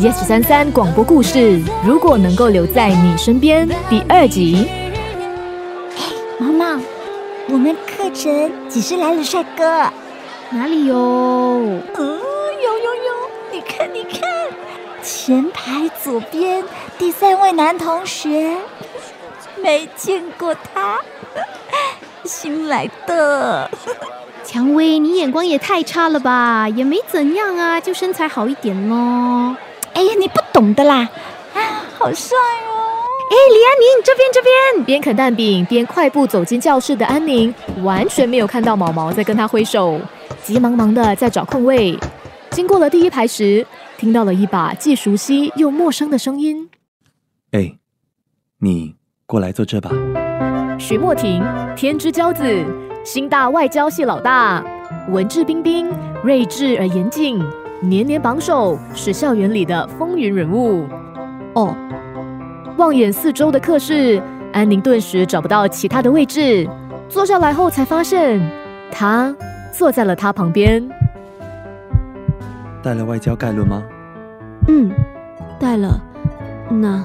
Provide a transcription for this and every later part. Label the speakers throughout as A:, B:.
A: Yes 三三广播故事，如果能够留在你身边第二集。
B: 毛毛，我们课程只是来了帅哥。
C: 哪里哦有？
B: 嗯，有有有，你看你看，前排左边第三位男同学，没见过他， 新来的。
C: 蔷薇，你眼光也太差了吧？哎也没怎样啊，就身材好一点咯。
B: 哎呀，你不懂的啦，啊好帅哦！
C: 哎，李安宁，这边这边，
A: 边啃蛋饼边快步走进教室的安宁，完全没有看到毛毛在跟他挥手，急忙忙的在找空位。经过了第一排时，听到了一把既熟悉又陌生的声音。
D: 哎，你过来坐这吧。
A: 徐莫婷、天之骄子、新大外交系老大，文质彬彬、睿智而严谨，年年榜首，是校园里的风云人物。哦，望眼四周的课室，安宁顿时找不到其他的位置，坐下来后才发现，他坐在了他旁边。
D: 带了外交概论吗？
C: 嗯，带了。那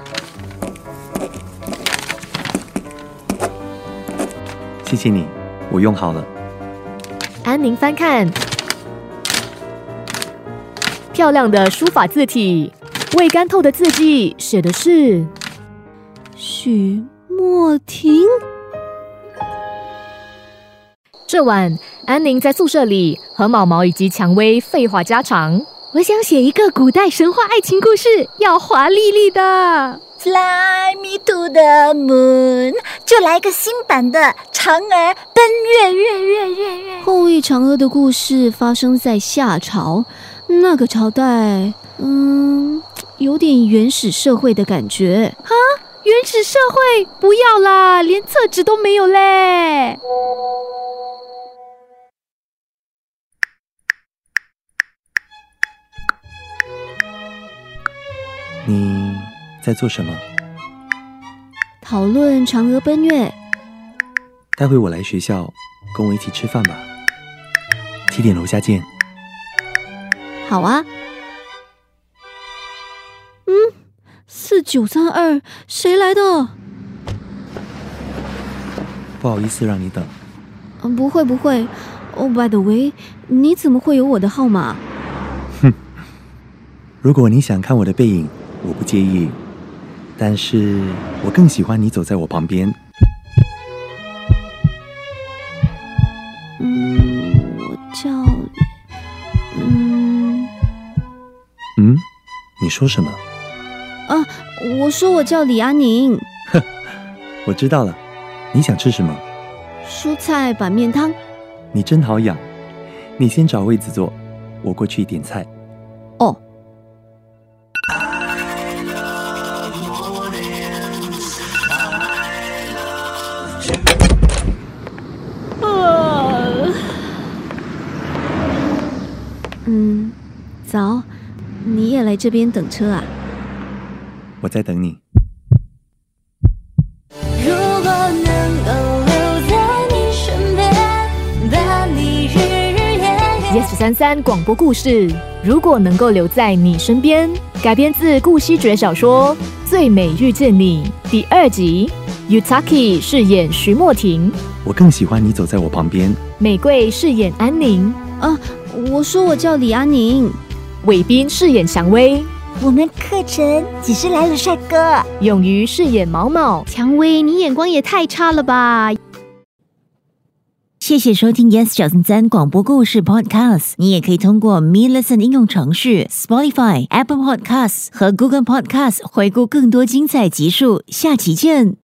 D: 谢谢你，我用好了。
A: 安宁翻看，漂亮的书法字体，未干透的字迹写的是
C: 许莫婷，
A: 这晚，安宁在宿舍里和毛毛以及蔷薇废话家常。
C: 我想写一个古代神话爱情故事，要华丽丽的。
B: Fly me to the moon，就来个新版的《嫦娥奔月月月月月》。
C: 后羿、嫦娥的故事发生在夏朝，那个朝代，嗯，有点原始社会的感觉。哈，原始社会不要啦，连厕纸都没有嘞。
D: 你在做什么？
C: 讨论嫦娥奔月，
D: 待会我来学校，跟我一起吃饭吧。七点楼下见。
C: 好啊。嗯，四九三二，谁来的？
D: 不好意思让你等，
C: 嗯，不会不会。哦、b y the way，你怎么会有我的号码？
D: 如果你想看我的背影，我不介意，但是我更喜欢你走在我旁边。
C: 嗯，我叫，嗯
D: 嗯，你说什么？
C: 啊，我说我叫李安宁，
D: 我知道了，你想吃什么？
C: 蔬菜板面汤。
D: 你真好养，你先找位子坐，我过去点菜。
C: 哦，嗯，早，你也来这边等车啊？
D: 我在等你。
B: 如果能够留在你身边，伴你日日夜夜
A: Yes 三三广播故事，如果能够留在你身边，改编自顾惜爵小说《最美遇见你》第二集，Yutaki 饰演徐莫婷，
D: 我更喜欢你走在我旁边。
A: 美贵饰演安宁，
C: 啊，我说我叫李安宁，
A: 伟斌饰演蔷薇，
B: 我们课程只是来了帅哥。
A: 勇于饰演毛毛。
C: 蔷薇，你眼光也太差了吧？
E: 谢谢收听 Yes 小森森广播故事 Podcast。你也可以通过 Me Listen 应用程序、Spotify、Apple Podcasts 和 Google Podcasts 回顾更多精彩集数。下期见。